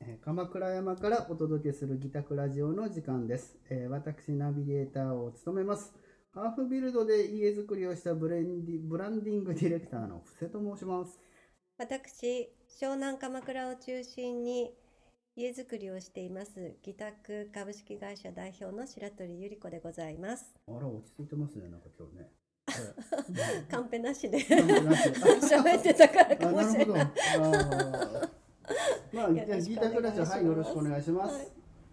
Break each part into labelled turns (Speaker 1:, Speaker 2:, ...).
Speaker 1: えー鎌倉山からお届けするギタクラジオの時間です、えー私ナビゲーターを務めますハーフビルドで家づくりをしたブレンディブランディングディレクターの布施と申します
Speaker 2: 私湘南鎌倉を中心に家づくりをしていますギタク株式会社代表の白鳥ゆり子でございます
Speaker 1: あら落ち着いてますねなんか今日ね
Speaker 2: カンペなしで
Speaker 1: ンペなしで
Speaker 2: 喋ってたから
Speaker 1: あ
Speaker 2: かもしれない
Speaker 1: なるほどあーまあ、
Speaker 2: よろ
Speaker 1: じ
Speaker 2: しくお
Speaker 1: ゃあギタ
Speaker 2: 願いします
Speaker 1: クラジオはいよろしくお願いします、
Speaker 2: はい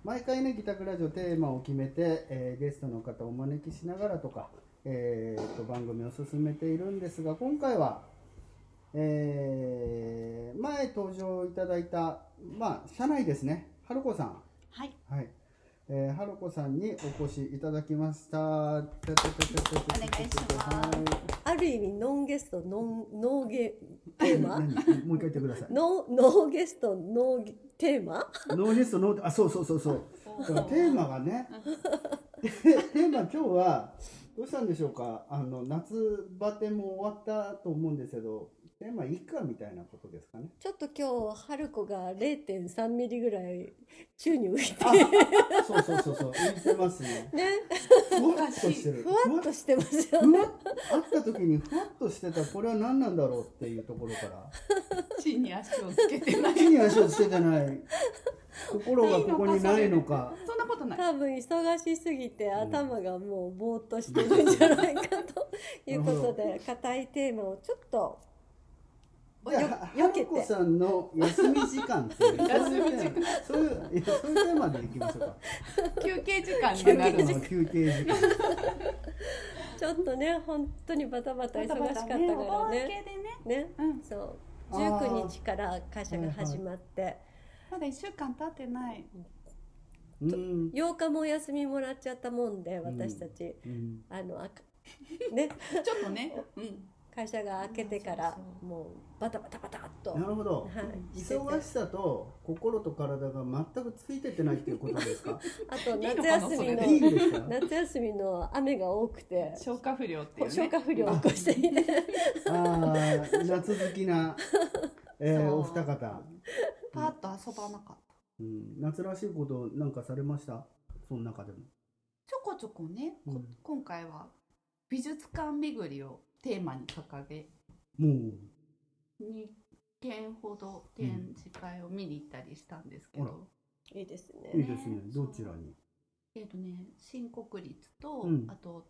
Speaker 1: 毎回ねギタクラジオテーマを決めて、えーゲストの方をお招きしながらとか、えーと番組を進めているんですが今回は、えー前登場いただいたまあ社内ですね春子さん
Speaker 3: はい、
Speaker 1: はい、えー、春子さんにお越しいただきました。お願
Speaker 3: 願いします
Speaker 2: ある意味ノンゲストノンノーゲテーマ
Speaker 1: 何もう一回言ってください。
Speaker 2: ノーノーゲストノーゲテーマ
Speaker 1: ノーリストノーあそうそうそうそう。だからテーマが ね。テーマ今日はどうしたんでしょうか。あの夏バテも終わったと思うんですけど、テーマいいかみたいなことですかね。
Speaker 2: ちょっと今日春子が0.3ミリぐらい宙に浮いて
Speaker 1: あ、そうそうそうそう。浮いてますね。
Speaker 2: ね
Speaker 1: ふわっとしてる。
Speaker 2: ふわっとしてますよ
Speaker 1: ふわっ会った時にふわっとしてたこれは何なんだろうっていうところから
Speaker 3: 地に足をつけてない。
Speaker 1: 地に足をつけてない 心がここにないのか
Speaker 3: そんなことない。
Speaker 2: 多分忙しすぎて
Speaker 1: ん
Speaker 2: 頭がもうぼーっとしてるんじゃないかということで硬いテーマをちょっと
Speaker 1: じゃあ
Speaker 2: よ
Speaker 1: は
Speaker 2: よけ
Speaker 1: る
Speaker 2: て
Speaker 1: こさんの休み時間っていう
Speaker 3: 休み時
Speaker 1: そういうテーマそういういやそういうテーマでいきましょうか
Speaker 3: 休憩時間にな
Speaker 1: あ
Speaker 3: るの。
Speaker 1: の休憩時間
Speaker 2: ちょっとね本当にバタバタ忙しかったからね
Speaker 3: でね。
Speaker 2: ね
Speaker 3: うん。
Speaker 2: そう
Speaker 1: あー
Speaker 2: 19日から会社が始まって
Speaker 3: まだ一週間経ってない。
Speaker 1: うん、
Speaker 2: 8日もお休みもらっちゃったもんで私たち
Speaker 1: うん、
Speaker 2: あのあかね
Speaker 3: ちょっとね。うん。
Speaker 2: 会社が明けてから
Speaker 3: そうそ
Speaker 2: もうバタバタバタっと
Speaker 1: なるほど
Speaker 2: はいしてて
Speaker 1: 忙しさと心と体が全くついてってないっていうことですか
Speaker 2: あと
Speaker 3: いいの
Speaker 2: 夏
Speaker 3: か な
Speaker 2: 休み
Speaker 3: そ
Speaker 1: いい
Speaker 2: の
Speaker 1: ですか
Speaker 2: 夏休みの雨が多くて
Speaker 3: 消化不良っていうね。
Speaker 2: 消化不良を起こしていて
Speaker 1: あ あ夏好きな、えー
Speaker 3: そう
Speaker 1: お二方、
Speaker 3: パッと遊ばなかった。
Speaker 1: うん、夏らしいことなんかされましたその中でも
Speaker 3: ちょこちょこね。こ
Speaker 1: うん
Speaker 3: 今回は美術館巡りをテーマに掲げ、
Speaker 1: も
Speaker 3: 二件ほど展示会を見に行ったりしたんですけ
Speaker 1: うんあ
Speaker 3: ど。
Speaker 2: いいです
Speaker 1: ういい
Speaker 2: ね。
Speaker 1: ですね
Speaker 3: ね
Speaker 1: どちらに
Speaker 3: えっ、とね、新国立と、
Speaker 1: うん
Speaker 3: あと。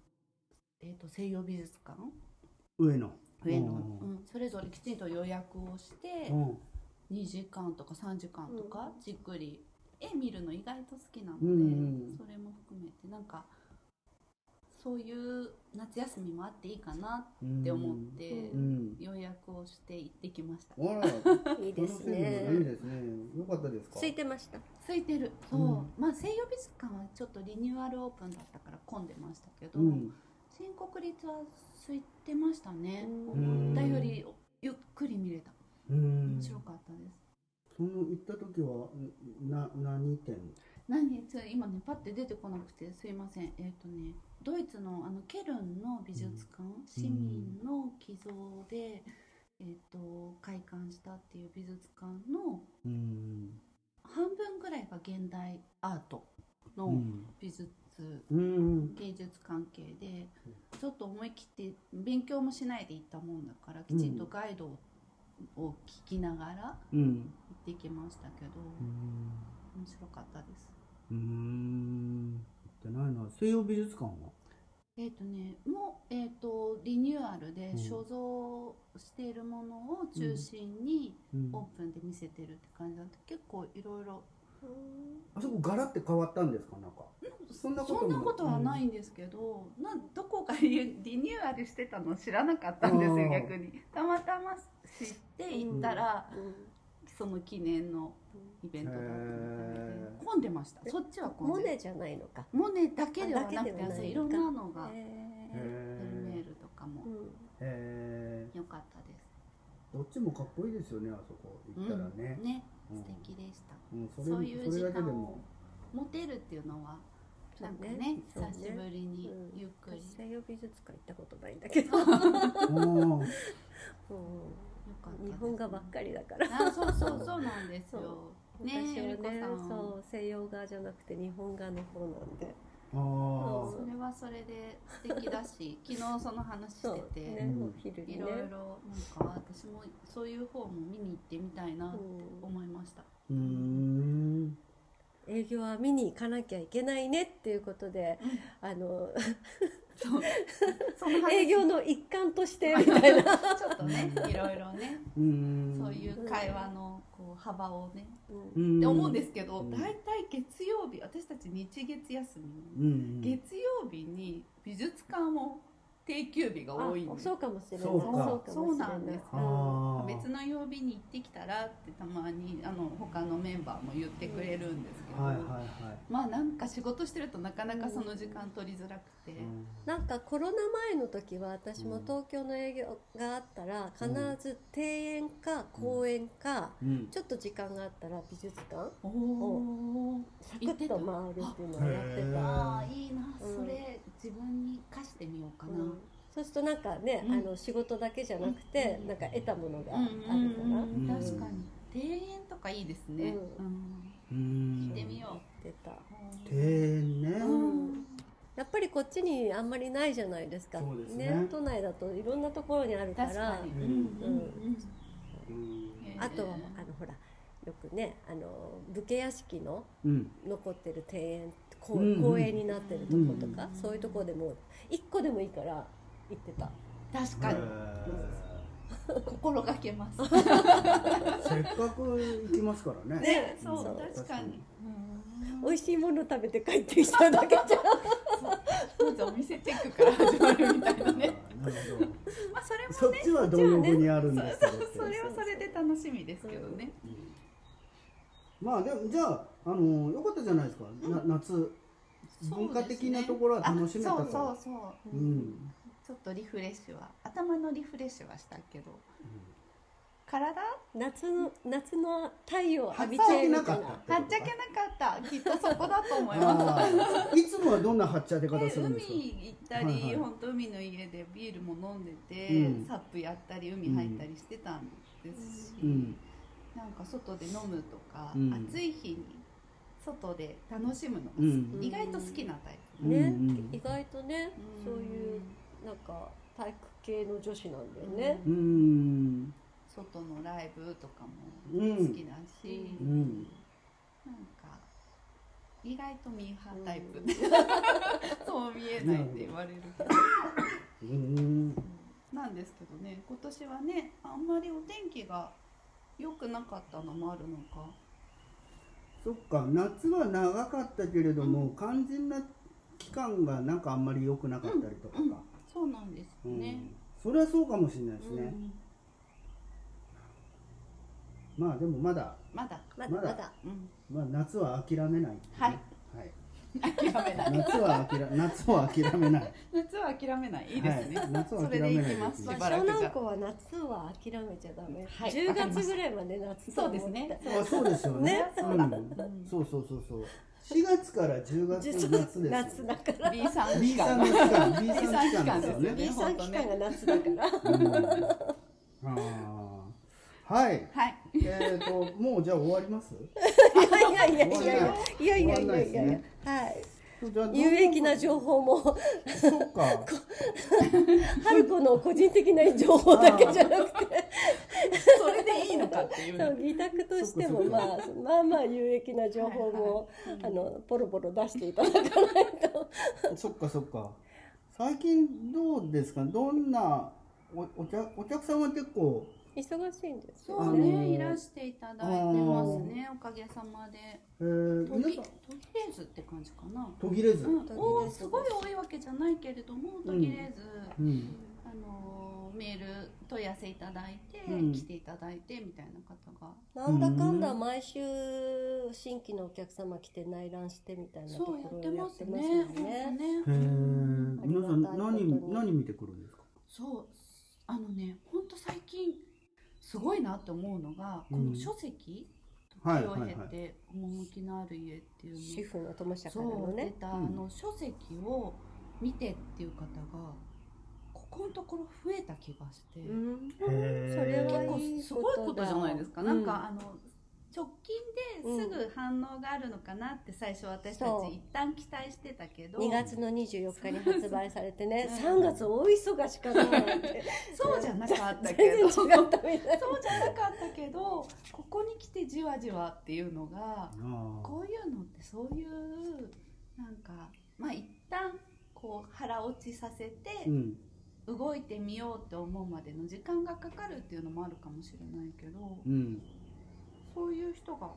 Speaker 3: えっ、と、西洋美術館。
Speaker 1: 上野
Speaker 3: 上の、
Speaker 1: う
Speaker 3: うんん、それぞれきちんと予約をして
Speaker 1: うん
Speaker 3: 2時間とか3時間とかじっくり絵見るの意外と好きなので、
Speaker 1: うんうん
Speaker 3: それも含めてなんかそういう夏休みもあっていいかな
Speaker 1: うん
Speaker 3: って思って
Speaker 1: うん
Speaker 3: 予約をして行ってきました
Speaker 1: あら
Speaker 2: いいです
Speaker 1: 楽しんでるのいい
Speaker 2: ね。
Speaker 1: ですねよかったですか
Speaker 2: 空いてました。
Speaker 3: 空いてるそう、
Speaker 1: うん
Speaker 3: まあ西洋美術館はちょっとリニューアルオープンだったから混んでましたけど、
Speaker 1: うん
Speaker 3: 新国立は空いてましたね
Speaker 2: うん
Speaker 3: 思ったよりゆっくり見れた
Speaker 1: うん
Speaker 3: 面白かったです
Speaker 1: その行った時はな何店
Speaker 3: 何ちょ今ねパッて出てこなくてすいませんえっ、とねドイツのあのケルンの美術館、市民の寄贈で、えっと開館したっていう美術館の
Speaker 1: うん
Speaker 3: 半分ぐらいが現代アート
Speaker 1: う
Speaker 3: の
Speaker 1: ん
Speaker 3: 美術、
Speaker 1: うん
Speaker 3: 芸術関係でちょっと思い切って勉強もしないで行ったもんだからきちんとガイドを聞きながら
Speaker 1: う
Speaker 3: 行
Speaker 1: ん
Speaker 3: ってきましたけど、
Speaker 1: うん
Speaker 3: 面白かったです。
Speaker 1: うんじゃないな西洋美術館は
Speaker 3: えーとね、もう、えー、とリニューアルで
Speaker 1: うん
Speaker 3: 所蔵しているものを中心に
Speaker 1: うん
Speaker 3: オープンで見せてるって感じだった結構いろいろ
Speaker 1: あそこガラって変わったんですかなんかそんなことも
Speaker 3: そんなことはないんですけど、などこかリ リニューアルしてたの知らなかったんです
Speaker 1: あ
Speaker 3: よ
Speaker 1: ー
Speaker 3: 逆にたまたま知って行ったら、その記念のイベントだったみたい
Speaker 1: へ
Speaker 3: で混んでましたそっちは混
Speaker 2: モ
Speaker 3: んで
Speaker 2: ネじゃないのか。
Speaker 3: モネだけではなく
Speaker 2: だけではない
Speaker 3: ていろんなのが
Speaker 1: へ
Speaker 2: へ
Speaker 3: フェルメールとかも
Speaker 2: ーうん
Speaker 1: えへ
Speaker 3: 良かったです
Speaker 1: えどっちもかっこいいですよねあそこ行ったらね
Speaker 3: うんね
Speaker 1: うん
Speaker 3: 素敵でした、
Speaker 1: うんそれ
Speaker 3: そういう
Speaker 1: それ
Speaker 3: 時
Speaker 1: だけ
Speaker 3: 間
Speaker 1: で
Speaker 3: を
Speaker 1: も
Speaker 3: 持てるっていうのは
Speaker 2: そう
Speaker 3: なんかね
Speaker 2: ねそうね
Speaker 3: 久しぶりに
Speaker 2: うん
Speaker 3: ゆっくり、よ
Speaker 2: 西洋美術館行ったことないんだけど。
Speaker 1: うん
Speaker 2: うん
Speaker 3: かったですね
Speaker 2: 日本画ばっかりだから。
Speaker 3: あそうそうそうなんですよ
Speaker 2: そう昔は
Speaker 3: ゆ
Speaker 2: ね
Speaker 3: りこさん
Speaker 2: そう西洋画じゃなくて日本画の方なんで
Speaker 1: あー
Speaker 3: それはそれで素敵 だし昨日その話し
Speaker 2: そう
Speaker 3: てて、
Speaker 2: ね、
Speaker 1: うん
Speaker 2: お昼
Speaker 3: い
Speaker 2: にね
Speaker 3: ろいろなんか私もそういう方も見に行ってみたいなって思いました、
Speaker 1: うーん
Speaker 2: うん営業は見に行かなきゃいけないねっていうことであの
Speaker 3: そう その話
Speaker 2: 営業 の一環としてみたいな、
Speaker 3: ちょっとねいろいろね
Speaker 1: うーん
Speaker 3: そういう会話のこう幅をね
Speaker 2: うん
Speaker 3: って
Speaker 1: て
Speaker 3: 思うんですけど、
Speaker 1: うん
Speaker 3: 大体月曜日私たち日月休
Speaker 1: う
Speaker 3: み、
Speaker 1: んうん
Speaker 3: 月曜日に美術館も定休日が多いの
Speaker 2: あそうかもしれない
Speaker 1: そうか
Speaker 2: かもしれ
Speaker 3: そうなんです
Speaker 1: あー
Speaker 3: 別の曜日に行ってきたらってたまにあの他のメンバーも言ってくれるんですけど、
Speaker 1: はいはいはい
Speaker 3: まあなんか仕事してるとなかなかその時間取りづらくて、
Speaker 2: なんかコロナ前の時は私も東京の営業があったら必ず庭園か公園か
Speaker 1: うん
Speaker 2: ちょっと時間があったら美術館
Speaker 3: おおー
Speaker 2: サクッと回るっていうのをやって
Speaker 1: 行って
Speaker 2: た
Speaker 1: たへ。
Speaker 3: あーいいな、
Speaker 2: うん
Speaker 3: それ自分に課してみようかな、
Speaker 2: うんそうするとなんかね、
Speaker 3: うん
Speaker 2: あの仕事だけじゃなくて、
Speaker 3: うん
Speaker 2: なんか得たものがあ
Speaker 3: うん
Speaker 2: るから、
Speaker 3: うんうん
Speaker 1: あるかな
Speaker 3: 確かに庭園とかいいですね、
Speaker 2: う
Speaker 3: うん
Speaker 1: うん
Speaker 3: 行ってみよ
Speaker 2: 出た
Speaker 3: う
Speaker 1: 庭園ね
Speaker 3: う
Speaker 2: うん
Speaker 3: ん
Speaker 2: やっぱりこっちにあんまりないじゃないですか
Speaker 1: そうですね
Speaker 2: 都内だといろんなところにあるか
Speaker 3: 確
Speaker 2: ら
Speaker 3: かに
Speaker 1: うん
Speaker 3: うん
Speaker 1: うん
Speaker 2: あとは
Speaker 3: へー
Speaker 2: あのほらよくねあの武家屋敷の
Speaker 1: うん
Speaker 2: 残ってる庭園公
Speaker 1: うんうん
Speaker 2: 公園になってるとことか、
Speaker 3: うん
Speaker 2: そういうとこでも一個でもいいから行ってた
Speaker 3: 確かに
Speaker 1: へ
Speaker 3: 心がけます
Speaker 1: ーせっかく行きますからね
Speaker 3: ね そう
Speaker 2: そう
Speaker 3: 確かにうん
Speaker 2: 美味しいもの食べて帰ってきただけじゃん
Speaker 3: まずお店チェックから始まるみたいなね
Speaker 1: あーなるほど
Speaker 3: まあそれも
Speaker 1: そっちは道具にあるんですけどって
Speaker 3: それはそれで楽しみですけどね
Speaker 1: うんまあでもじゃああの良かったじゃないですか、な夏文化的なところは楽しめた
Speaker 3: そ
Speaker 1: と
Speaker 3: うですねあそうそうそううんちょっとリフレッシュは頭のリフレッシュはしたけど体
Speaker 2: 夏の夏の太陽浴びちゃ
Speaker 1: はっちゃけ
Speaker 2: えみ
Speaker 1: な
Speaker 2: た
Speaker 1: かっ
Speaker 2: いな
Speaker 1: た
Speaker 3: はっちゃけなかったきっとそこだと思います
Speaker 1: あーいつもはどんなはっちゃけ方
Speaker 3: です
Speaker 1: るんですか
Speaker 3: 海行ったり、
Speaker 1: はいはい
Speaker 3: 本当海の家でビールも飲んでて、
Speaker 1: うん
Speaker 3: サップやったり海入ったりしてたんですし、
Speaker 1: うん
Speaker 3: なんか外で飲むとか、
Speaker 1: うん
Speaker 3: 暑い日に外で楽しむのが好き、
Speaker 1: うん
Speaker 3: 意外と好きなタイプ、
Speaker 2: ね、
Speaker 1: うんうん
Speaker 2: 意外とね、そういうんなんか体育系の女子なんだよね、
Speaker 1: うーん
Speaker 3: 外のライブとかも
Speaker 1: うん
Speaker 3: 好きだし、
Speaker 1: う
Speaker 2: うん
Speaker 3: なんか意外とミーハータイプ、 そう見えないって言われるけど
Speaker 1: うん
Speaker 3: なんですけどね今年はねあんまりお天気が良くなかったのもあるのか
Speaker 1: そっか夏は長かったけれども、肝心な期間がなんかあんまり良くなかったりとかか、
Speaker 3: そうなんです
Speaker 1: うん
Speaker 3: ね、
Speaker 1: それはそうかもしれないですね、まあでもまだ、
Speaker 3: まだ、
Speaker 2: まだまだ
Speaker 1: まだ
Speaker 3: うん、
Speaker 1: まあ、夏は諦めないってうね、
Speaker 3: は
Speaker 1: は
Speaker 3: い
Speaker 1: い
Speaker 3: 諦めない
Speaker 1: 夏は諦 め夏は諦めない。
Speaker 3: 夏は諦めないいいですね、
Speaker 1: はい夏は
Speaker 3: それ
Speaker 1: 諦め
Speaker 3: で
Speaker 1: ない
Speaker 3: いきますし
Speaker 2: まあ、
Speaker 3: ばら
Speaker 2: 湘
Speaker 3: くじ
Speaker 2: 南
Speaker 3: ゃ
Speaker 2: 湖は夏は諦めちゃダメ、
Speaker 3: はい
Speaker 2: 10
Speaker 3: わかりま
Speaker 2: 月
Speaker 3: した
Speaker 2: ぐらいまで夏と
Speaker 3: そ
Speaker 2: 思
Speaker 3: う
Speaker 2: って
Speaker 3: ですね
Speaker 1: あ、そうですよね。
Speaker 3: ね
Speaker 1: うんそうそうそうそう。4月から10月の
Speaker 2: 実は
Speaker 1: 夏ですよ
Speaker 2: 夏だ
Speaker 1: ね。
Speaker 2: から
Speaker 3: B さん
Speaker 1: B
Speaker 3: 期
Speaker 1: さん
Speaker 3: 間
Speaker 1: の期間、B
Speaker 3: 期
Speaker 1: さん期間
Speaker 3: 間
Speaker 1: で
Speaker 3: ですす
Speaker 1: よね
Speaker 3: よね。
Speaker 2: B3 期間が夏だから
Speaker 1: うんあーはい。
Speaker 3: はい
Speaker 1: えっともうじゃあ終わります？
Speaker 2: いやいやいやいやいやいやいやいやいや、はい
Speaker 1: じゃあどう
Speaker 2: 有益な情報も
Speaker 1: そっか。
Speaker 2: 春子の個人的な情報だけじゃなくて
Speaker 3: それでいいのかっていう
Speaker 2: そう議宅としても
Speaker 1: そっ
Speaker 2: ま
Speaker 1: か
Speaker 2: あまあまあ有益な情報も、あのポロポロ出していただかないと
Speaker 1: そっかそっか。最近どうですか？どんなおお客お客さんは結構
Speaker 2: 忙しいんです
Speaker 3: そ
Speaker 2: よ
Speaker 3: う
Speaker 1: あの
Speaker 3: ね
Speaker 1: ー
Speaker 3: いらしていただいてますねおかげさまで
Speaker 1: えー、
Speaker 3: 途切
Speaker 1: 皆
Speaker 3: 途
Speaker 1: さん
Speaker 3: 切れずって感じかな
Speaker 1: 途切れず。
Speaker 3: うん、お
Speaker 2: 途切れ
Speaker 3: ー
Speaker 2: ず
Speaker 3: すごい多いわけじゃないけれども途切れず、
Speaker 1: うん。
Speaker 3: あのーメール問い合わせいただいて、
Speaker 1: うん
Speaker 3: 来ていただいてみたいな方が
Speaker 2: なんだかんだ毎週新規のお客様来て内覧してみたいなと
Speaker 3: そう
Speaker 2: こ
Speaker 3: や
Speaker 2: ろ
Speaker 3: っ
Speaker 2: を
Speaker 3: て
Speaker 2: や
Speaker 3: ま
Speaker 2: っ
Speaker 3: す
Speaker 2: て
Speaker 3: ね
Speaker 2: ます
Speaker 3: 本
Speaker 2: よ
Speaker 3: 当
Speaker 2: ね。
Speaker 1: へえ。皆さん何何見てくるんですか？
Speaker 3: そうあのね本当最近すごいなって思うのが、
Speaker 1: うん
Speaker 3: この書籍
Speaker 1: はい
Speaker 3: 時を
Speaker 1: はい
Speaker 3: 経
Speaker 1: はい
Speaker 3: て趣のある家っていうの、
Speaker 2: 主婦の友社か
Speaker 3: そ
Speaker 2: らの
Speaker 3: う出
Speaker 2: ね。
Speaker 3: た、
Speaker 1: うん
Speaker 3: あの書籍を見てっていう方がここのところ増えた気がして、
Speaker 2: うん
Speaker 1: へー
Speaker 2: それ
Speaker 3: 結
Speaker 2: は
Speaker 3: 構すごいことじゃないですか、
Speaker 2: うん
Speaker 3: なんかあの直近ですぐ反応があるのかなって最初私たち
Speaker 2: そう
Speaker 3: 一旦期待してたけど
Speaker 2: 2月の24日に発売されてね
Speaker 3: そう
Speaker 2: 3月大忙しかったなんて
Speaker 3: そうじゃなかった
Speaker 2: 全
Speaker 3: け
Speaker 2: 然違
Speaker 3: ど
Speaker 2: っ
Speaker 3: そう
Speaker 2: たみたい
Speaker 3: じゃなかったけどここに来てじわじわっていうのがこういうのってそういうなんかまあ一旦こう腹落ちさせて
Speaker 1: うん
Speaker 3: 動いてみようって思うまでの時間がかかるっていうのもあるかもしれないけど
Speaker 1: うん
Speaker 3: そういう人が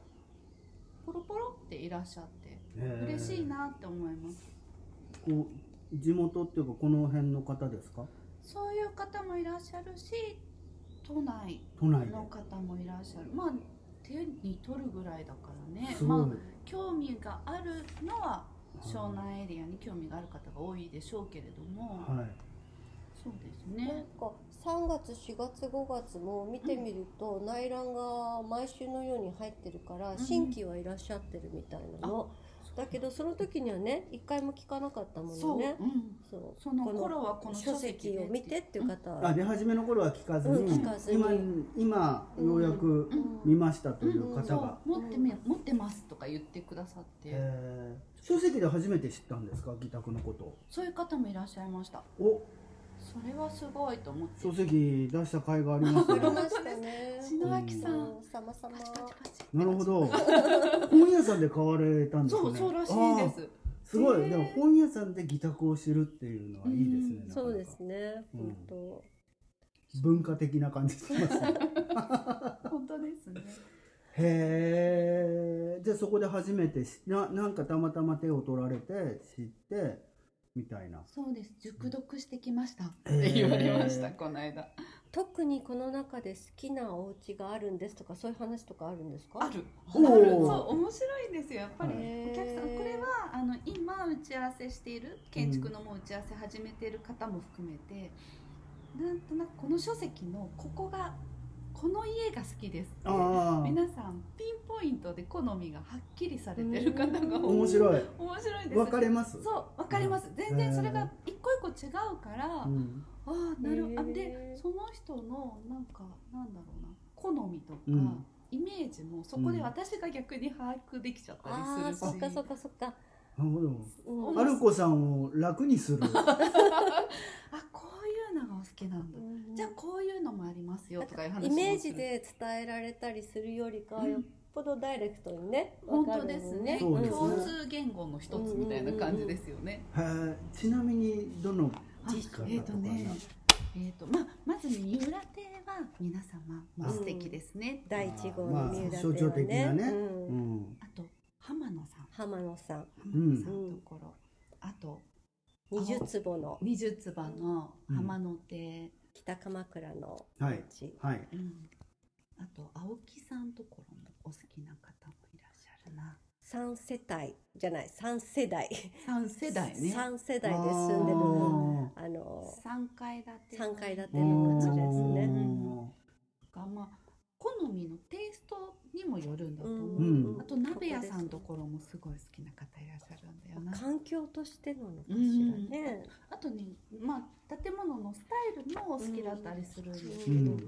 Speaker 3: ポロポロっていらっしゃって
Speaker 1: へー
Speaker 3: 嬉しいなって思います
Speaker 1: こう地元っていうかこの辺の方ですか
Speaker 3: そういう方もいらっしゃるし都内
Speaker 1: 都内で
Speaker 3: の方もいらっしゃるまあ手に取るぐらいだからね
Speaker 1: すごい、
Speaker 3: まあ興味があるのは湘南エリアに興味がある方が多いでしょうけれども、
Speaker 1: はい
Speaker 3: そうです
Speaker 2: ななん
Speaker 3: ね
Speaker 2: か3月4月5月も見てみると内覧が毎週のように入ってるから
Speaker 3: ん
Speaker 2: 新規はいらっしゃってるみたいなのだけどその時にはね一回も聞かなかったも
Speaker 3: そ
Speaker 2: の
Speaker 3: う、
Speaker 2: ね
Speaker 3: うん、
Speaker 2: そう
Speaker 3: その頃はこの
Speaker 2: 書籍を見てっていう方
Speaker 1: あ
Speaker 2: は
Speaker 1: 出始めの頃は聞かずに,、
Speaker 2: うん聞かずに
Speaker 1: 今今ようやく
Speaker 3: うん
Speaker 1: 見ましたという
Speaker 2: うん
Speaker 1: 方が、
Speaker 3: そう持ってみ持ってますとか言ってくださって、
Speaker 1: えー書籍で初めて知ったんですか義宅のこと
Speaker 3: そういう方もいらっしゃいました
Speaker 1: お
Speaker 3: それはすごいと思って
Speaker 1: 書籍出した甲斐があります
Speaker 2: あり
Speaker 1: ね
Speaker 2: ましたね
Speaker 3: 篠脇さん、
Speaker 2: うん様々
Speaker 3: パチパチパチパチ
Speaker 1: なるほど本屋さんで買われたんですね
Speaker 3: そうそうらしい
Speaker 1: あ
Speaker 3: です
Speaker 1: ーすごい、
Speaker 3: へー
Speaker 1: でも本屋さんで義宅を知るっていうのはいいですね、
Speaker 3: うん
Speaker 1: なかなか
Speaker 2: そうですね
Speaker 1: うん
Speaker 2: 本当
Speaker 1: 文化的な感じしますね
Speaker 3: 本当ですね
Speaker 1: へえじゃあそこで初めてしななんかたまたま手を取られて知ってみたいな
Speaker 3: そうです熟読してきましたっ
Speaker 1: へー
Speaker 3: て言われましたこの間
Speaker 2: 特にこの中で好きなお家があるんですとかそういう話とかあるんですか
Speaker 3: あるあ
Speaker 1: おー
Speaker 3: るそう面白いんですよやっぱり、
Speaker 1: はい
Speaker 3: お客さんこれはあの今打ち合わせしている建築のもう打ち合わせ始めている方も含めて、なんとなくこの書籍のここがこの家が好きですって
Speaker 1: ああ
Speaker 3: 皆さんピンポイントで好みがはっきりされてる方が多い
Speaker 1: 面白い
Speaker 3: 面白いです
Speaker 1: 分かれます
Speaker 3: そう分かります全然それが一個一個違うから、
Speaker 1: うん
Speaker 3: ああなる
Speaker 2: へ
Speaker 3: ほ
Speaker 2: ー
Speaker 3: どあでその人のなんかなんだろうな好みとか、
Speaker 1: うん
Speaker 3: イメージもそこで私が逆に把握できちゃった
Speaker 2: あ
Speaker 3: り
Speaker 2: ー
Speaker 3: す
Speaker 2: そ
Speaker 3: るし、
Speaker 2: っかそっかそっか
Speaker 1: なるほど
Speaker 2: うん
Speaker 1: アルコさんを楽にする
Speaker 3: あこういうのがお好きなんだ、じゃあこういうのもありますよとかいう話も
Speaker 2: イメージで伝えられたりするよりかは
Speaker 3: うん
Speaker 2: よっぽどダイレクトにね、わ
Speaker 3: 本
Speaker 2: か
Speaker 3: 当
Speaker 2: る
Speaker 3: です
Speaker 2: もん
Speaker 3: ね
Speaker 1: そうですね
Speaker 3: 共通言語の一つみたいな感じですよね、
Speaker 1: へーちなみにどの
Speaker 3: あ
Speaker 1: 実家
Speaker 3: えっ、とねえーとまあ、まず三浦亭は皆様も素敵ですね、
Speaker 2: 第一号の三浦
Speaker 1: まあ象
Speaker 2: 亭
Speaker 1: 徴
Speaker 2: は
Speaker 1: 的
Speaker 2: ね,、
Speaker 1: なね
Speaker 2: う
Speaker 1: う
Speaker 2: ん
Speaker 1: ん
Speaker 3: あと浜野さん
Speaker 2: 浜野さん
Speaker 3: 浜野さんのところ、あと
Speaker 2: 20坪の
Speaker 3: 二十坪の浜野亭、
Speaker 2: 北鎌倉の
Speaker 1: はい
Speaker 2: 地、
Speaker 1: はい
Speaker 3: うんあと青木さんところもお好きな方もいらっしゃるな
Speaker 2: 三世帯じゃない三世代
Speaker 3: 三世代ね
Speaker 2: 三世代で住んでる
Speaker 1: あ
Speaker 2: あの
Speaker 3: 三階建て
Speaker 2: 三階建て
Speaker 1: ー
Speaker 2: の形ですね
Speaker 1: うん
Speaker 3: がまあ好みのテイストにもよるんだと思う、
Speaker 1: うん
Speaker 3: あと鍋屋さんところもすごい好きな方いらっしゃるんだよな
Speaker 2: 環境としてなのかしらね、
Speaker 3: あとね、まあ、建物のスタイルも好きだったりするんですけ
Speaker 1: う
Speaker 3: ど、
Speaker 1: ん
Speaker 3: で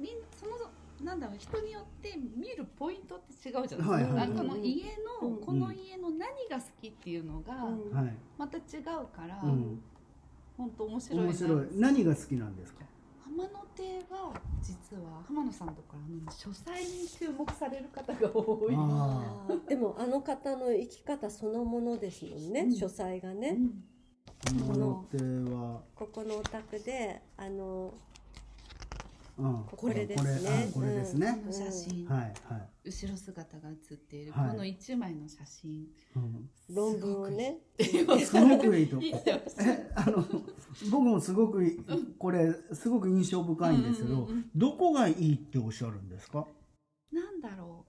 Speaker 3: みんそのなんだろう人によって見るポイントって違うじゃないですか、
Speaker 1: はいはい
Speaker 3: あこの家の、
Speaker 2: うん
Speaker 3: この家の何が好きっていうのが
Speaker 2: うん
Speaker 1: はい
Speaker 3: また違うから、
Speaker 1: うん
Speaker 3: 本当面白いな
Speaker 1: 面白い何が好きなんですか
Speaker 3: 浜野亭は実は浜野さんとかあの書斎に注目される方が多い。
Speaker 1: あ
Speaker 2: あーでもあの方の生き方そのものですもんね、
Speaker 3: うん
Speaker 2: 書斎がね、
Speaker 3: うん
Speaker 1: あ
Speaker 3: うん
Speaker 1: この手は
Speaker 2: ここのお宅であの
Speaker 1: うん
Speaker 2: これですね
Speaker 1: これあこれです
Speaker 3: こ
Speaker 1: ね
Speaker 3: の写真、
Speaker 1: はいはい
Speaker 3: 後ろ姿が写っている、
Speaker 1: はい
Speaker 3: この一枚の写真
Speaker 1: うん
Speaker 2: 論文をね
Speaker 1: すごくいいと
Speaker 3: いいって
Speaker 1: えあの僕もすごくいこれすごく印象深いんですけ
Speaker 3: うんう
Speaker 1: ど
Speaker 3: んうん
Speaker 1: どこがいいっておっしゃるんですか
Speaker 3: なんだろ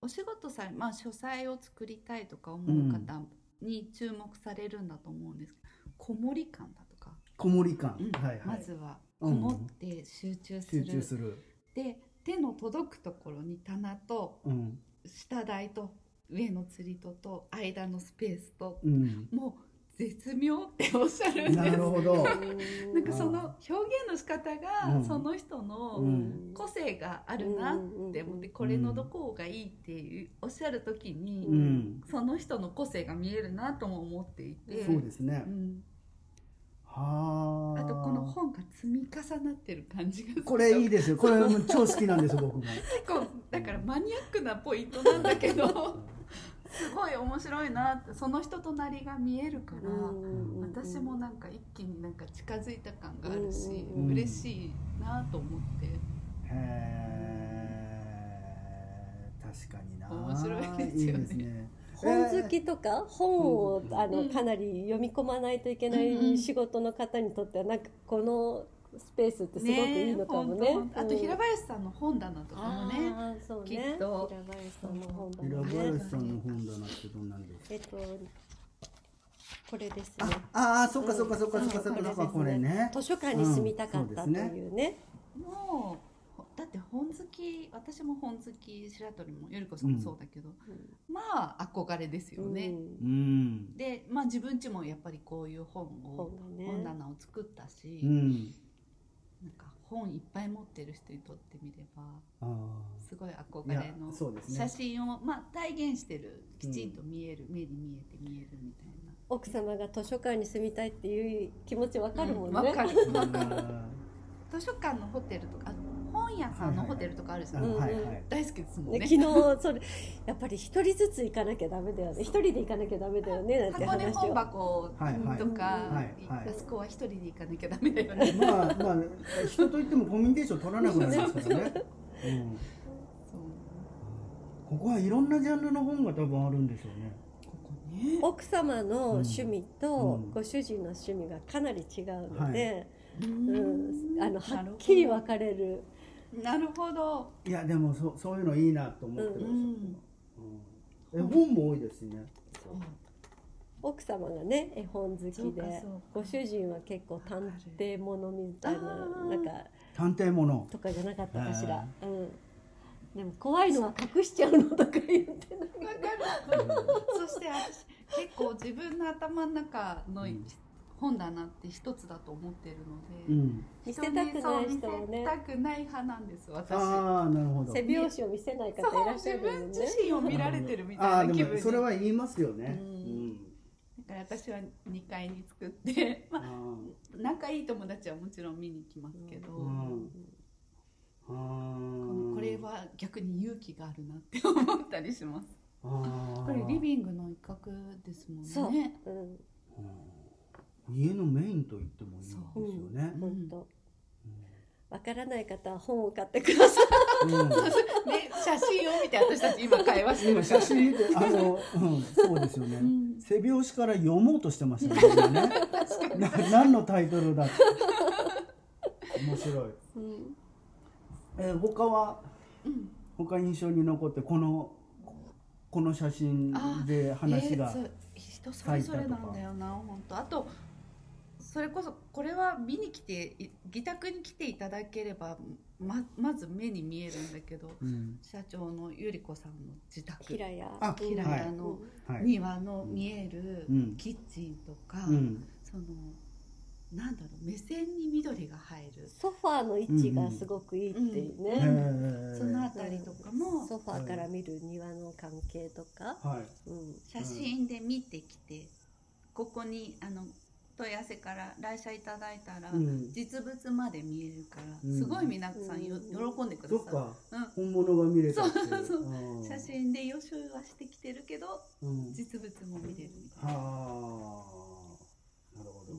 Speaker 3: うお仕事されまあ書斎を作りたいとか思う方に注目されるんだと思うんですけど、こもり感だとか、
Speaker 1: こもり感
Speaker 3: うん
Speaker 1: はいは
Speaker 3: ま
Speaker 1: い
Speaker 3: ずは
Speaker 1: う
Speaker 3: こ
Speaker 1: ん
Speaker 3: もって集中す
Speaker 1: 集
Speaker 3: る,、
Speaker 1: 中する
Speaker 3: で手の届くところに棚と
Speaker 1: うん
Speaker 3: 下台と上の釣り戸と間のスペースと
Speaker 1: うん
Speaker 3: もう絶妙っておっしゃるん
Speaker 1: な
Speaker 3: です
Speaker 1: るほ ど。
Speaker 3: なんかその表現の仕方
Speaker 1: う
Speaker 3: が
Speaker 1: ん
Speaker 3: その人
Speaker 1: う
Speaker 3: の
Speaker 1: ん
Speaker 3: 個性があるなって思ってこれのどこがいいっていうおっしゃる時に、
Speaker 1: うん。
Speaker 3: その人の個性が見えるなとも思っていて
Speaker 1: そうですね
Speaker 3: う。ん、
Speaker 1: はあ。
Speaker 3: あとこの本が積み重なってる感じがする
Speaker 1: これいいですよ。 これもう超好きなんです僕も。
Speaker 3: 結構だからマニアックなポイントなんだけどすごい面白いなってその人となりが見えるから。私もなんか一気になんか近づいた感があるし、
Speaker 2: うん
Speaker 3: 嬉しいなと思って、
Speaker 1: へー確かにな。
Speaker 3: 面白いです
Speaker 1: い
Speaker 3: よね
Speaker 1: いですね。
Speaker 2: 本好きとか本を
Speaker 1: うん
Speaker 2: あ
Speaker 3: う
Speaker 2: の
Speaker 3: ん
Speaker 2: かなり読み込まないといけな
Speaker 3: うんう
Speaker 2: い
Speaker 3: ん
Speaker 2: 仕事の方にとってはなんかこのスペースってすごくいいのかも
Speaker 3: え
Speaker 2: ね。
Speaker 3: ほんとほんとあと平林さんの本棚とかもね、
Speaker 2: あーそうね。
Speaker 3: きっと
Speaker 2: 平林さんの本だ
Speaker 1: 平
Speaker 2: もんね。
Speaker 1: 林さんの本棚ってどんなんですか。
Speaker 2: えっとこれです
Speaker 1: あ
Speaker 2: ね。
Speaker 1: あーそっかそっかそっかそっかそっ
Speaker 2: うん
Speaker 1: かそっかこれね。
Speaker 2: 図書館に住みたかった
Speaker 1: う
Speaker 2: と
Speaker 1: んそうですね
Speaker 2: いうね。
Speaker 3: もうだって本好き私も本好き白鳥もより子さんもそうだけど、まあ憧れですよね、
Speaker 2: うん
Speaker 1: うん。
Speaker 3: でまあ自分ちもやっぱりこういう本を
Speaker 2: 本がね。
Speaker 3: 本棚を作ったし、
Speaker 1: うん。
Speaker 3: なんか本いっぱい持ってる人にとってみれば
Speaker 1: あ
Speaker 3: すごい憧
Speaker 1: あ。いや
Speaker 3: れの
Speaker 1: そうですね
Speaker 3: 写。真を、まあ、体現してるきちんと見える、目に見えて見えるみたいな
Speaker 2: 奥様が図書館に住みたいっていう気持ちわかるもんね。
Speaker 3: わかるわかる
Speaker 1: う
Speaker 3: 図書館のホテルとかあの本屋さんのホテルとかあるじゃん、
Speaker 1: ん
Speaker 2: うん
Speaker 1: はいはい。
Speaker 3: 大好きですもん
Speaker 2: ね
Speaker 3: ね
Speaker 2: 昨日それやっぱり一人ずつ行かなきゃダメだよね一人で行かなきゃダメだよねなんて
Speaker 3: 箱根
Speaker 2: 話
Speaker 3: 本
Speaker 2: を
Speaker 3: 箱
Speaker 1: はいはい
Speaker 3: とか、
Speaker 1: はいはい
Speaker 3: あそこは一人で行かなきゃダメだよね
Speaker 1: まあまあ人といってもコミュニケーション取らなくなりますからね。うん。
Speaker 3: そう
Speaker 1: ここはいろんなジャンルの本が多分あるんでしょうね。
Speaker 3: ここね
Speaker 2: 奥様の趣味
Speaker 1: う
Speaker 2: と
Speaker 1: ん
Speaker 2: ご主人の趣味がかなり違うので、
Speaker 3: う
Speaker 2: うん
Speaker 3: ん
Speaker 2: あのはっきり分
Speaker 3: は
Speaker 2: かれる
Speaker 3: なるほど
Speaker 1: いやでもそうそういうのいいなと思ってま
Speaker 3: う
Speaker 1: した。
Speaker 3: ん
Speaker 1: うん、え本も多いですしね。
Speaker 3: そう
Speaker 2: 奥様がね絵本好
Speaker 3: そう
Speaker 2: き
Speaker 3: か
Speaker 2: で
Speaker 3: そう
Speaker 2: ご主人は結構探偵ものみたいな
Speaker 3: あー
Speaker 2: なんか
Speaker 1: 探偵もの。
Speaker 2: とかじゃなかったかしら、うん、でも怖いのは隠しちゃうのとか言って
Speaker 3: わかるそして私結構自分の頭の中の
Speaker 1: うん
Speaker 3: 本棚って一つだと思ってるの
Speaker 1: う
Speaker 3: で、
Speaker 1: ん。
Speaker 2: 見せたくない人はね
Speaker 3: 見せたくない派なんです私
Speaker 1: ああなるほど。
Speaker 2: 背拍子を見せない方いらっしゃ
Speaker 3: 自
Speaker 2: るもん
Speaker 3: 分
Speaker 2: ね
Speaker 3: 自。身を見られてるみ
Speaker 1: あ
Speaker 3: た
Speaker 1: あ
Speaker 3: いな気
Speaker 1: で
Speaker 3: 分
Speaker 1: も
Speaker 3: に
Speaker 1: それ
Speaker 3: だか
Speaker 1: は言いますよね。
Speaker 3: う
Speaker 1: うんん。
Speaker 3: ら私は2階に作って、
Speaker 1: あ
Speaker 3: まあ、仲いい友達はもちろん見に来ますけど、
Speaker 1: ーうん。あー
Speaker 3: このこれ。は逆に勇気があるなって思ったりします
Speaker 1: あー
Speaker 3: これリビングの一角ですもんね
Speaker 2: そうう
Speaker 1: う
Speaker 2: ん
Speaker 1: ん家のメインと言ってもいいんですよね。
Speaker 2: 本当。
Speaker 1: うん
Speaker 2: わからない方は本を買ってください。
Speaker 1: うん
Speaker 3: ね写真を見て私たち今会話して
Speaker 1: 今
Speaker 3: る
Speaker 1: 写真見てあの、うん、そうですよ
Speaker 3: う
Speaker 1: ね。
Speaker 3: ん
Speaker 1: 背拍子から読もうとしてま したね今ね。な何のタイトルだって。面白い。
Speaker 2: うん
Speaker 1: えー他は
Speaker 3: うん
Speaker 1: 他印象に残ってこのこの写真で話が
Speaker 3: えーそう人それぞれなんだよな本当あとそれこそこれは見に来てい自宅に来ていただければままず目に見えるんだけど
Speaker 1: うん
Speaker 3: 社長のゆり子さんの自宅
Speaker 2: 平屋。
Speaker 1: あ
Speaker 2: うん
Speaker 3: 平
Speaker 1: 屋
Speaker 3: の
Speaker 1: はい。
Speaker 3: 庭の見える
Speaker 1: うん
Speaker 3: キッチンとか、
Speaker 1: うん。
Speaker 3: そのなんだろう目線に緑が入る
Speaker 2: ソファーの位置がすごくいいっていう
Speaker 1: へ
Speaker 2: ね。
Speaker 1: ー
Speaker 3: そのあたりとかも
Speaker 2: ソファーから見る庭の関係とか。
Speaker 1: はい。
Speaker 2: うん
Speaker 3: 写真で見てきて、ここにあの問い合わせから来社いただいたら、
Speaker 1: うん。
Speaker 3: 実物まで見えるから、
Speaker 1: うん
Speaker 3: すごい皆さんよ、
Speaker 2: うん
Speaker 3: 喜んでくだ
Speaker 1: そっ
Speaker 3: さ
Speaker 1: か
Speaker 3: るうん
Speaker 1: 本物が見れたってい
Speaker 3: そうそう
Speaker 1: う。
Speaker 3: 写。真で予習はしてきてるけど
Speaker 1: うん。
Speaker 3: 実物も見れるみたい
Speaker 1: はあ
Speaker 3: な、。
Speaker 1: なるほ
Speaker 3: う
Speaker 1: ど。
Speaker 3: ん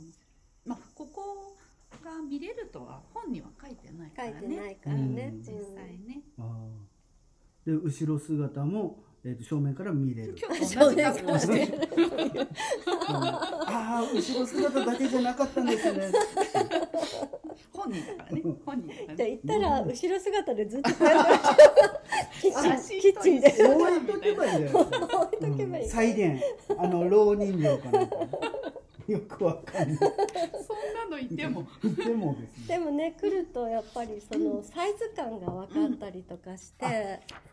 Speaker 3: まあここが見れるとは本には書いてないか
Speaker 2: 書
Speaker 3: ら
Speaker 2: い
Speaker 3: ね
Speaker 2: てないからね
Speaker 1: う。ん
Speaker 3: 実際ね、
Speaker 1: あーで後ろ姿もえっと正面から見れる。
Speaker 3: 今日と同じ格好してる
Speaker 1: うんああ後ろ姿だけじゃなかったんです ね。
Speaker 3: 本人だからね本人だから
Speaker 2: じゃあ
Speaker 3: ね
Speaker 2: 行ったら後ろ姿でずっとこうやってキ ッチンキッチンで
Speaker 3: 写真と一緒
Speaker 1: 覚えとけばいいんだよ。
Speaker 2: 置いとけばいい。
Speaker 1: 再現あの老人形かなんかよくわかんない
Speaker 3: そんなのいても
Speaker 1: でもです
Speaker 2: で
Speaker 1: ね
Speaker 2: もね来るとやっぱりそのサイズ感が分かったりとかして、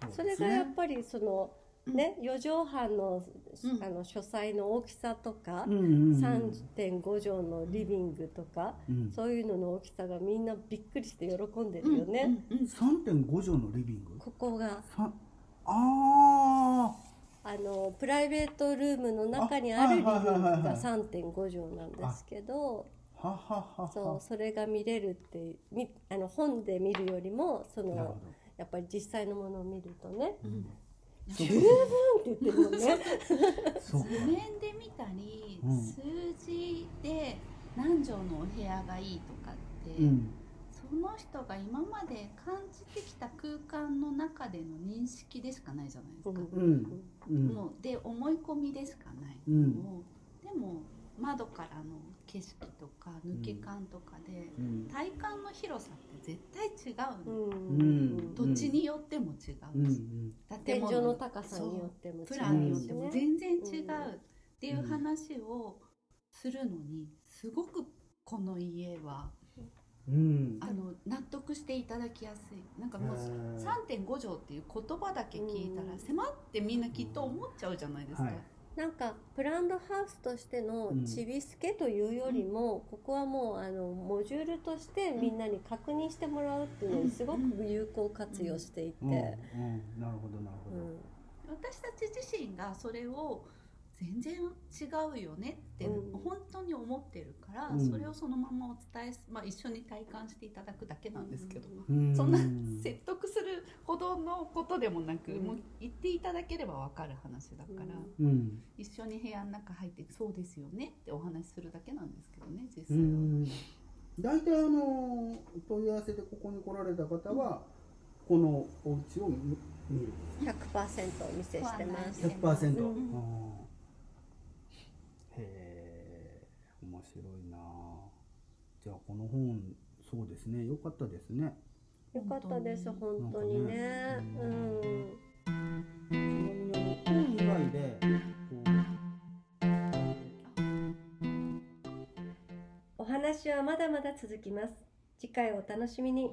Speaker 1: う
Speaker 2: そ
Speaker 1: で
Speaker 2: れ
Speaker 1: す
Speaker 2: がや
Speaker 1: ね
Speaker 2: っぱりそのね、四畳半の
Speaker 3: うん
Speaker 2: あの書斎の大きさとか
Speaker 1: う、んうんうん
Speaker 2: 3.5畳のリビングとか、
Speaker 1: うん
Speaker 2: そういうのの大きさがみんなびっくりして喜んでるよね。
Speaker 3: うんうん
Speaker 1: 3.5畳のリビング
Speaker 2: ここが
Speaker 1: さあ
Speaker 2: あのプライベートルームの中にあるリビング
Speaker 1: あはいはいはいはいはい
Speaker 2: が3.5畳なんですけど、
Speaker 1: ーはははは
Speaker 2: そうそれが見れるってみあの本で見るよりもそ
Speaker 1: なる
Speaker 2: の
Speaker 1: ほど
Speaker 2: やっぱり実際のものを見るとね、
Speaker 3: うん
Speaker 1: そう
Speaker 2: 十分って言ってるも んね。
Speaker 1: そうか
Speaker 3: 図面で見たり、
Speaker 1: うん
Speaker 3: 数字で何畳のお部屋がいいとかって、
Speaker 1: うん
Speaker 3: その人が今まで感じてきた空間の中での認識でしかないじゃないですか、
Speaker 2: うん
Speaker 1: うんうん
Speaker 3: もうで思い込みでしかない、
Speaker 1: うん
Speaker 3: もうでも窓からの景色とか抜け感とかで、
Speaker 1: うん
Speaker 3: 体感の広さって絶対違う
Speaker 2: う
Speaker 3: の、
Speaker 2: ん
Speaker 1: うん
Speaker 3: 土地によっても違
Speaker 1: うん
Speaker 3: うし、
Speaker 2: 天
Speaker 3: 建
Speaker 2: 井
Speaker 3: 物
Speaker 2: の高さによっても違うし
Speaker 3: プ
Speaker 2: ね
Speaker 3: ランによって
Speaker 1: う
Speaker 3: も
Speaker 1: ん
Speaker 3: 全然違
Speaker 2: う
Speaker 3: う
Speaker 2: ん
Speaker 3: っていう話をするのにすごくこの家は
Speaker 1: うん
Speaker 3: あの納得していただきやすいなんかもう
Speaker 1: うん
Speaker 3: 3.5畳っていう言葉だけ聞いた
Speaker 2: う
Speaker 3: ら
Speaker 2: ん
Speaker 3: 狭ってみんなきっと思っちゃうじゃないですか
Speaker 1: はい
Speaker 2: なんかプランドハウスとしての
Speaker 1: うん
Speaker 2: ちびすけというよりも、ここはもうあのモジュールとしてみんなに確認してもらうっていうの
Speaker 3: う
Speaker 2: に
Speaker 3: ん
Speaker 2: すごく有効活用していて、
Speaker 1: うんうんなるほどなるほど
Speaker 2: うん
Speaker 3: 私たち自身がそれを全然違うよねって
Speaker 2: うん
Speaker 3: 本当に思ってるから
Speaker 1: うん
Speaker 3: それをそのままお伝えす、まあ、一緒に体感していただくだけなんですけど
Speaker 1: うん
Speaker 3: そんな説得するほどのことでもなく、
Speaker 2: うん
Speaker 3: もう言っていただければ分かる話だから、
Speaker 2: うん
Speaker 1: うん
Speaker 3: 一緒に部屋の中入ってそうですよねってお話しするだけなんですけどね実
Speaker 1: う
Speaker 3: 際は、
Speaker 1: ん大体あの問い合わせでここに来られた方はこのお家を見見る
Speaker 2: 100%お見せしてます。
Speaker 1: 100%、
Speaker 2: うん
Speaker 1: うんへえ面白いなじゃあこの本そうですね良かったですね
Speaker 2: よかったです本
Speaker 1: 本
Speaker 2: 当
Speaker 1: 当
Speaker 2: に
Speaker 1: に
Speaker 2: ね。うん
Speaker 1: ちなみにあの本以外でこう
Speaker 2: お話はまだまだ続きます。次回お楽しみに。